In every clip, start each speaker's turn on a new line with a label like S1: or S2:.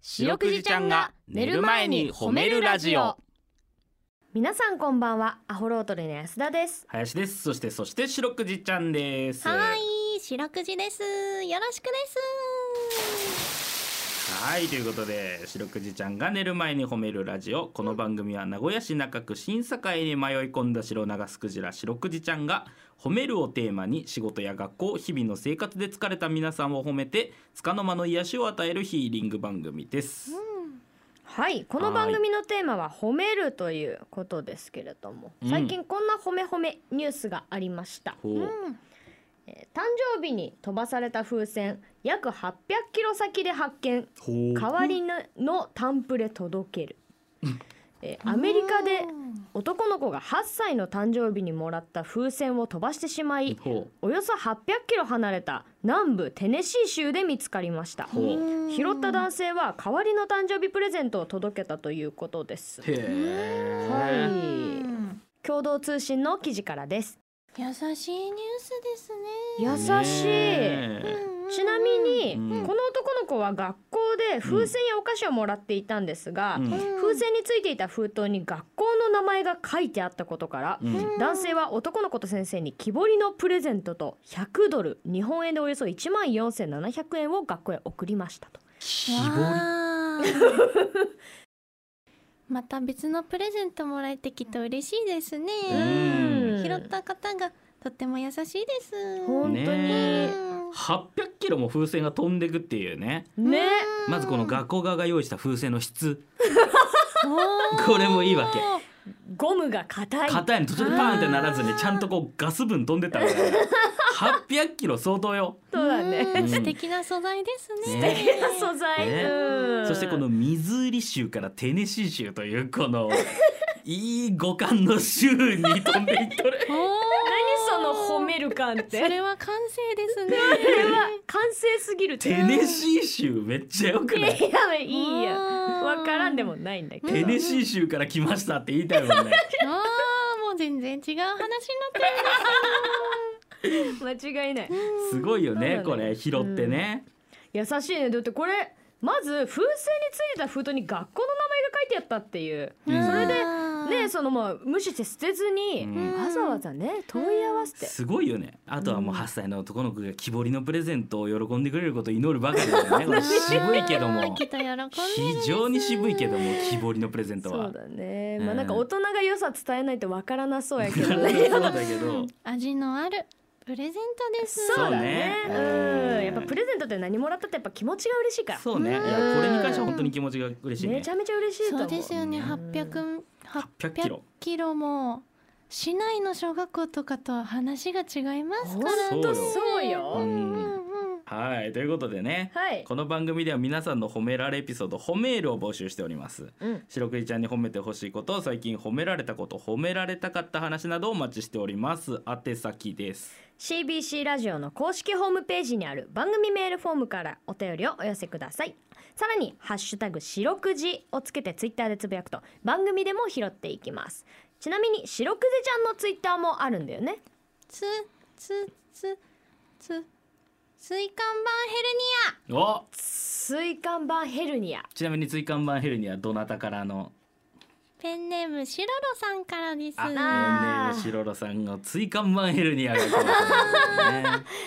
S1: 白くじちゃんが寝る前に褒めるラジオ
S2: 皆さんこんばんはアホロートルの安田です
S1: 林ですそしてそして白くじちゃんです
S3: はい、白くじです。よろしくです。
S1: はいということで白くじちゃんが寝る前に褒めるラジオこの番組は名古屋市中区新栄に迷い込んだ白長スクジラ白くじちゃんが褒めるをテーマに仕事や学校日々の生活で疲れた皆さんを褒めて束の間の癒しを与えるヒーリング番組です、
S2: はいこの番組のテーマは褒めるということですけれども
S1: うん
S2: 最近こんな褒め褒めニュースがありました、
S1: ほう、
S3: うん、
S2: えー誕生日に飛ばされた風船約800キロ先で発見
S1: ほう
S2: 代わりののタンプレ届ける、えーアメリカで男の子が8歳の誕生日にもらった風船を飛ばしてしまい
S1: ほ
S2: およそ800キロ離れた南部テネシー州で見つかりました
S1: うほう
S2: 拾った男性は代わりの誕生日プレゼントを届けたということです
S1: へえ、
S2: は
S3: うん
S2: 共同通信の記事からです
S3: 優しいニュースですね。
S2: 優しい、
S1: ね
S2: ちなみに、
S1: うん
S2: この男の子は学校で風船やお菓子をもらっていたんですが、
S1: うん
S2: 風船についていた封筒に学校の名前が書いてあったことから、
S1: うん
S2: 男性は男の子と先生に木彫りのプレゼントと100ドル日本円でおよそ1万4700円を学校へ送りましたと
S1: 木彫
S3: わーまた別のプレゼントもらえてきっと嬉しいですね。
S1: うん
S3: 拾った方がとっても優しいです。
S2: 本当に、
S1: ね
S3: うん
S1: り800キロも風船が飛んでくっていうね
S2: ね
S1: まずこの学校側が用意した風船の質
S3: おー
S1: これもいいわけ
S2: ゴムが硬い
S1: 硬いの途中でパーンってならずにちゃんとこうガス分飛んでたから800キロ相当よ
S2: そうだね
S3: うん素敵な素材ですね。
S1: ね
S2: 素敵な素材、
S1: ね
S2: うん
S1: そしてこのミズーリ州からテネシー州というこの いい五感の州に飛んでいっとる
S3: おー
S2: 何その褒める感 って
S3: それは完成で すね。
S2: これは完成すぎるって
S1: テネシー州めっちゃよく
S2: い
S1: な
S2: や
S1: い
S2: いやいいや
S3: うん
S2: わからんでもないんだけど
S1: テネシー州から来ましたって言いたい もんね
S3: ああもう全然違う話になってる
S2: 間違いない
S1: すごいよね
S2: そ
S1: こ
S2: うだね
S1: れ拾ってね
S2: 優しいねだってこれまず風船についた封筒に学校の名前が書いてあったっていう
S1: うん
S3: な。
S1: それで
S2: ねそのまあ無視して捨てずに
S1: うん
S2: わざわざね問い合わせて
S1: すごいよねあとはもう8歳の男の子が木彫りのプレゼントを喜んでくれることを祈るばかりだよ ねこれ渋いけども
S3: きっと喜んでる
S1: 非常に渋いけども木彫りのプレゼント
S2: そ
S1: は
S2: うだね
S1: うん
S2: まあなんか大人が良さ伝えないとわからな そうやけど
S1: そう
S2: ね
S1: だけど
S3: 味のあるプレゼントです
S2: そうだね
S1: そう
S2: う
S1: ね
S2: んやっぱプレゼントって何もらったってやっぱ気持ちが嬉しいから
S1: そうねいや
S2: うん
S1: これに関しては本当に気持ちが嬉しいね
S2: めちゃめちゃ嬉しいと思
S3: そううですよね
S1: うん
S3: 800
S1: 800キロ
S3: キロも市内の小学校とかとは話が違いますから
S1: ほんと
S2: そう
S1: う
S2: よ
S3: うんんうん
S1: はいということでね
S2: はい
S1: この番組では皆さんの褒められエピソード褒めールを募集しております
S2: うん
S1: 白くじちゃんに褒めてほしいこと最近褒められたこと褒められたかった話などをお待ちしております宛先です
S2: CBC ラジオの公式ホームページにある番組メールフォームからお便りをお寄せくださいさらに「ハッシュタグ白くじ」をつけてツイッターでつぶやくと番組でも拾っていきますちなみに白くじちゃんのツイッターもあるんだよね
S3: つつつつ椎間板
S1: お
S2: 椎間板ヘルニア
S1: ちなみに椎間板ヘルニアどなたからの
S3: ヘルニアペンネームシロロさんからです
S1: あ
S2: なあー
S1: ペンネームシロロさんの椎間板ヘルニアが来ましたね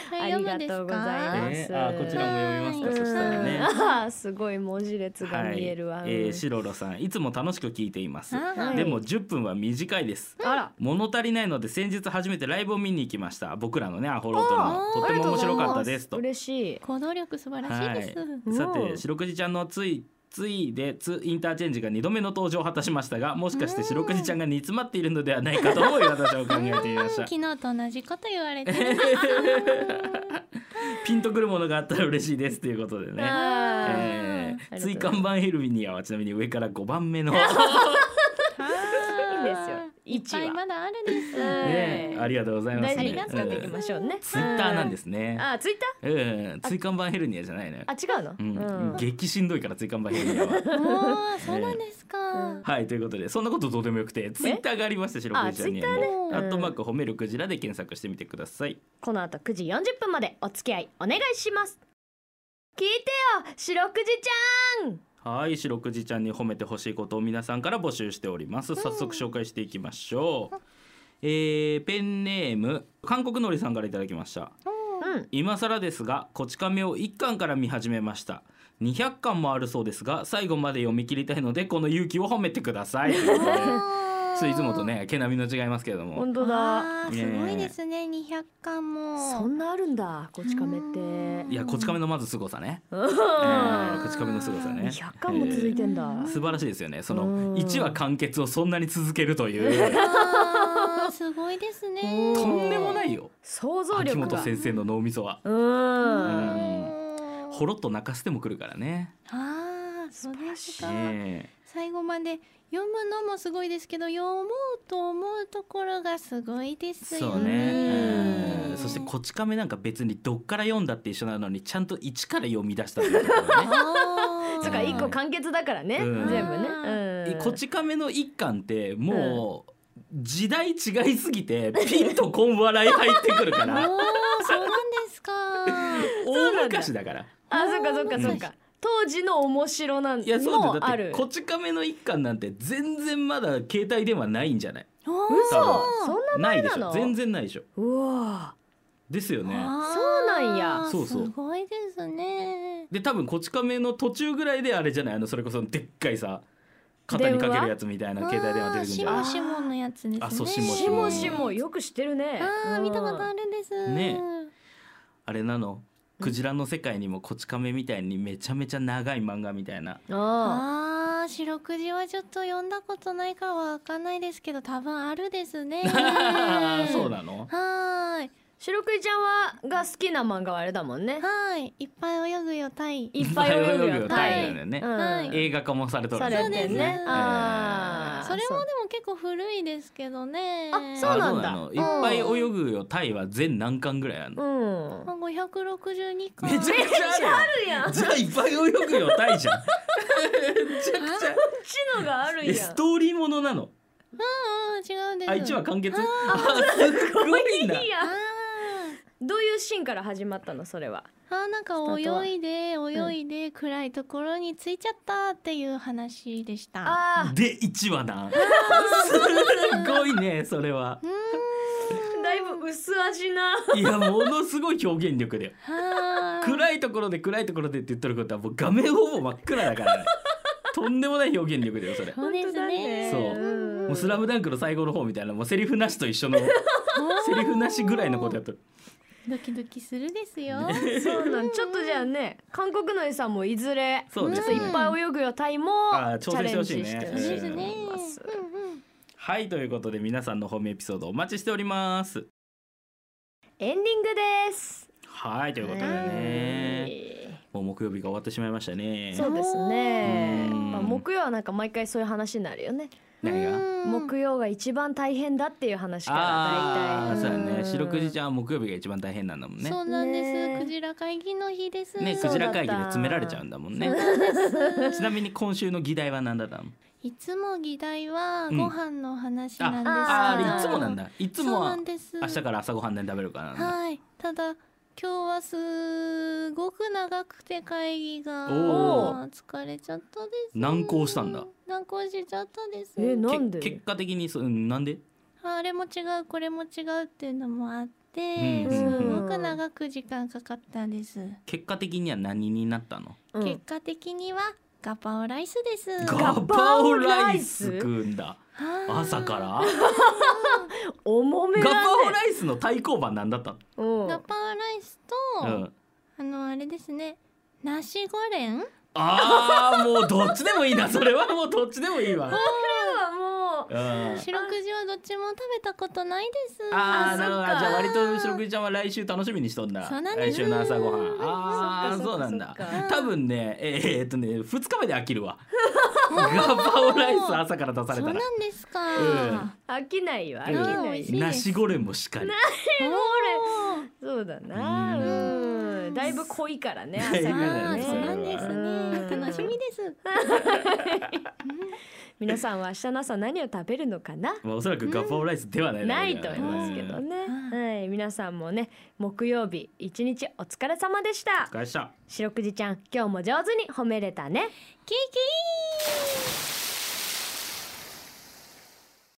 S3: これ読 む
S2: あり
S3: です
S2: がとうござい
S3: か
S2: ます
S1: ねあーこちらも読みますかそしたらね
S2: うんあー すごい文字列が
S1: はい
S2: 見えるわ、
S1: えーシロロさんいつも楽しく聞いています
S3: あ
S2: はい
S1: でも10分は短いです
S2: あら
S1: 物足りないので先日初めてライブを見に行きました僕らのねアホロートの
S3: おー
S1: とっても面白かったですと
S2: 嬉しい
S3: 行動力素晴らしいです、
S1: はい、さ
S2: う
S1: て
S2: ん
S1: 白くじちゃんのついついでつインターチェンジが2度目の登場を果たしましたがもしかして白くじちゃんが煮詰まっているのではないかと思い私は考えていました
S3: 昨日と同じこと言われてる
S1: ピンとくるものがあったら嬉しいですということで ね、
S2: あー
S1: え
S2: ありがとうございます
S1: ー、椎間板ヘルニアはちなみに上から5 番目の、ね
S2: いいんですよ
S3: いっ
S2: 一
S3: ぱい
S2: は
S3: まだあるです
S2: うん
S1: え、ありがとうございます、ね、
S2: 大事に使っていきましょうね
S1: ツイッターなんですすね、
S2: あーツイッター
S1: うん、椎間板ヘルニアじゃないのよ
S2: あ違うの、
S1: うん、激しんどいから椎間板ヘルニアは
S3: もうそうなんですか、
S2: うん
S1: はいということでそんなことどうでもよくてツイッターがありました白くじちゃんには
S2: あ
S1: ね
S2: ツイッ
S3: ター
S1: ア
S3: ね
S1: ットマーク褒めるクジラで検索してみてください
S2: この後9時40分までお付き合いお願いします聞いてよ白くじちゃん
S1: はい白くじちゃんに褒めてほしいことを皆さんから募集しております早速紹介していきましょう、えーペンネーム韓国のりさんからいただきました
S2: うん
S1: 今更ですが「こち亀」を1巻から見始めました200巻もあるそうですが最後まで読み切りたいのでこの勇気を褒めてく ださいということでちょっといつもとね毛並みの違いますけれども
S2: 本当だ
S3: あーすごいですね200巻も
S2: そんなあるんだこち亀って
S1: いやこち亀のまず凄さね、
S2: うん
S1: えー、こち亀の凄さね
S2: 200巻も続いてんだ、
S1: えー素晴らしいですよねそうの
S2: ん
S1: 1話完結をそんなに続ける という
S3: あーすごいですね
S2: うん
S1: とんでもないよ
S2: 想像
S1: 秋
S2: 力が
S1: 元先生の脳みそは
S2: うん
S1: ん
S3: うん
S1: ほろっと泣かせてもくるからね
S3: あーそうですか
S1: ね
S3: 最後まで読むのもすごいですけど読もうと思うところがすごいで
S1: え
S3: すよ
S1: そうね
S2: うん
S1: うんそして「こち亀」なんか別にどっから読んだって一緒なのにちゃんと一から読み出したというところね
S3: あー
S2: そっか一個完結だからね、
S1: うん
S2: 全部ね、
S1: え
S2: うん、
S1: こち亀の一巻ってもう時代違いすぎてピンとこん笑い入ってくるか
S3: お
S1: ら
S3: ーそうなんで すか
S1: 大昔だから
S2: あそっかそっかそっか当時の面白なん
S1: いやそうだよ
S2: も
S1: だ
S2: あ
S1: って
S2: る
S1: こち亀の一巻なんて全然まだ携帯電話ないんじゃない
S3: おー
S2: 嘘
S1: 多
S2: そん
S1: ないで
S2: な
S1: し
S2: の
S1: ょ全然ないでしょ
S2: うわ
S1: ですよね
S3: あー
S2: そうなんや
S1: そうそう
S3: すごいですね
S1: で多分こち亀の途中ぐらいであれじゃないあのそれこそでっかいさ肩にかけるやつみたいな携帯電話出てくるんじゃ
S3: あ
S1: な
S3: ー
S1: い
S3: シモシモンのやつですね
S1: あそうシ
S2: ー
S1: モ
S2: し
S1: シモ
S2: もしもよく知ってるね
S3: あー見たことあ
S2: る
S3: るんです
S1: ねあれなのクジラの世界にもこち亀みたいにめちゃめちゃ長い漫画みたいな
S2: あ
S3: あー四六時はちょっと読んだことないからわかんないですけど多分あるですね
S1: そうなの
S3: はーい
S2: ー白クイちゃんはが好きな漫画はあれだもんね
S3: はーいいっぱい泳ぐよタイ
S2: いっぱい泳ぐ
S1: いっぱい泳ぐ
S2: よ
S1: よ
S2: タイ
S1: タイだよね
S2: うん
S3: はい
S1: 映画化もされとる
S2: さ
S1: んだ
S2: れ
S1: よ
S2: て
S3: そ
S2: ん
S3: うです
S2: ねあー
S3: それもでも結構古いですけどね
S2: あそうなんだ
S1: のいっぱい泳ぐよタイは全何巻ぐらいあるの
S2: うん
S3: まあ562
S1: め
S3: 巻
S1: ちゃくちゃある
S2: るやん
S1: や
S2: こ
S1: んじゃあいっぱい泳ぐよタイじゃん めちゃくち
S2: っ
S1: ゃ
S2: ちのがあるや
S1: え
S2: ん
S1: ストーリーものなの
S3: うん違うんです
S1: あ一話完結あすごいない
S2: いや
S3: あ
S2: んどういうシーンから始まったのそれは
S3: ーあーなんか泳いで泳いで暗いところに着いちゃったっていう話でした
S2: あ
S1: で一話だ すごいねそれは
S3: うーん
S2: ーだいぶ薄味ない
S1: やものすごい表現力だよ
S3: はーい
S1: 暗いところで暗いところでって言っとることはもう画面ほぼ真っ暗だからねとんでもない表現力だよそれ
S3: そうですね
S1: そうもうスラムダンクの最後の方みたいなもうセリフなしと一緒のセリフなしぐらいのことやっとる
S3: ドキドキするですよ。
S2: そうなんちょっとじゃあね韓国のりさんもいずれ
S1: そうです
S2: ちょっといっぱい泳ぐよタイも
S1: あー
S2: チ
S1: 挑
S2: ャ
S1: 戦し
S2: レ
S1: て
S2: ン
S1: ほしい
S2: ジしてほ
S1: ね
S3: で
S2: しい
S3: す
S2: と思
S3: ね
S2: います。
S3: うんうん
S1: はいということで皆さんのホームエピソードお待ちしております
S2: エンディングです。
S1: はいということでねもう木曜日が終わってしまいましたね
S2: そうですね。
S1: うん
S2: まあ木曜はなんか毎回そういう話になるよね。
S1: 何が
S3: うん
S2: 木曜が一番大変だっていう話から
S1: あ
S2: 大
S1: あー
S2: 体。
S1: そうやね
S2: ん
S1: 白くじちゃんは木曜日が一番大変なんだもんね
S3: そうなんです、
S2: ね
S3: クジラ会議の日です。
S1: ね
S2: そ
S1: ク
S2: う
S1: ジ
S2: だ
S1: ラ
S2: った
S1: 会議で詰められちゃうんだもんね ちなみに今週の議題は何だったの
S3: いつも議題は
S1: うん
S3: ご飯の話なんです
S1: ああ
S2: ー
S1: ーあれいつもなん
S3: だ。
S1: だいつ
S3: そ
S1: も
S3: うな
S1: は
S3: んです。
S1: 明日から朝ごはん何食べるかなんだ
S3: はい。ただ今日はすごく長くて会議が
S1: お
S2: ー
S3: 疲れちゃったです。
S1: 難航したんだ。
S3: 難航しちゃったです。
S2: えな
S1: け
S2: んで
S1: 結果的にそううんなんで
S3: あれも違うこれも違うっていうのもあって、
S1: うん
S3: すごく長く時間かかったです、
S1: 結果的には何になったの
S2: うん
S3: 結果的にはガパオライスです
S1: ガパオライス食うんだ
S3: はーい
S1: 朝から
S2: 重め
S1: ガパ
S2: だ
S1: オ
S2: ね。
S1: ライスの対抗馬何だった
S2: うん
S3: ガパオライスと、
S1: の、うん、
S3: あのあれですねナシゴレン
S1: あーもうどっちでもいいなそれはもうどっちでもいいわ、
S2: はもう
S1: うん、あ
S3: 四六時はどっちも食べたことないです
S1: あーなるほど
S2: そっか
S1: じゃあ割と白くじちゃんは来週楽しみにしとんだ
S3: そうなんで
S1: 来
S3: す
S1: 週の朝ごはんあ
S2: そっかそっか
S1: ーそうなんだ
S2: そっか
S1: 多分ねえーえーっとね2日目で飽きるわ ガパオライス朝から出さ
S3: そ
S1: れた
S3: う
S1: ら
S3: なんですか、
S1: うん
S2: 飽きないよ飽き
S1: うん
S2: ない
S3: 美味しい
S2: し。
S1: ナシゴレンもしかり
S3: おー
S2: そうだな。
S1: う
S2: うんん。うん、だいぶ濃いからね。
S1: だいぶ
S2: 朝
S1: だ
S2: が
S1: よ
S3: あ
S2: ね
S1: ね
S3: ーそうなんです
S2: う
S3: ね
S2: ん
S3: 楽しみです
S2: 皆さんは明日の朝何を食べるのかな。
S1: まあ、おそらくガパオライスではないだ
S2: な
S1: ろ
S2: い
S1: うけ
S2: と
S1: ど
S2: 思いますけど
S1: ね
S2: ね。
S3: うん
S2: はい、皆さんもね、木曜日一日お疲れ様でした
S1: お。疲れっした
S2: 白くじちゃん、今日も上手に褒めれたね。
S3: キーキー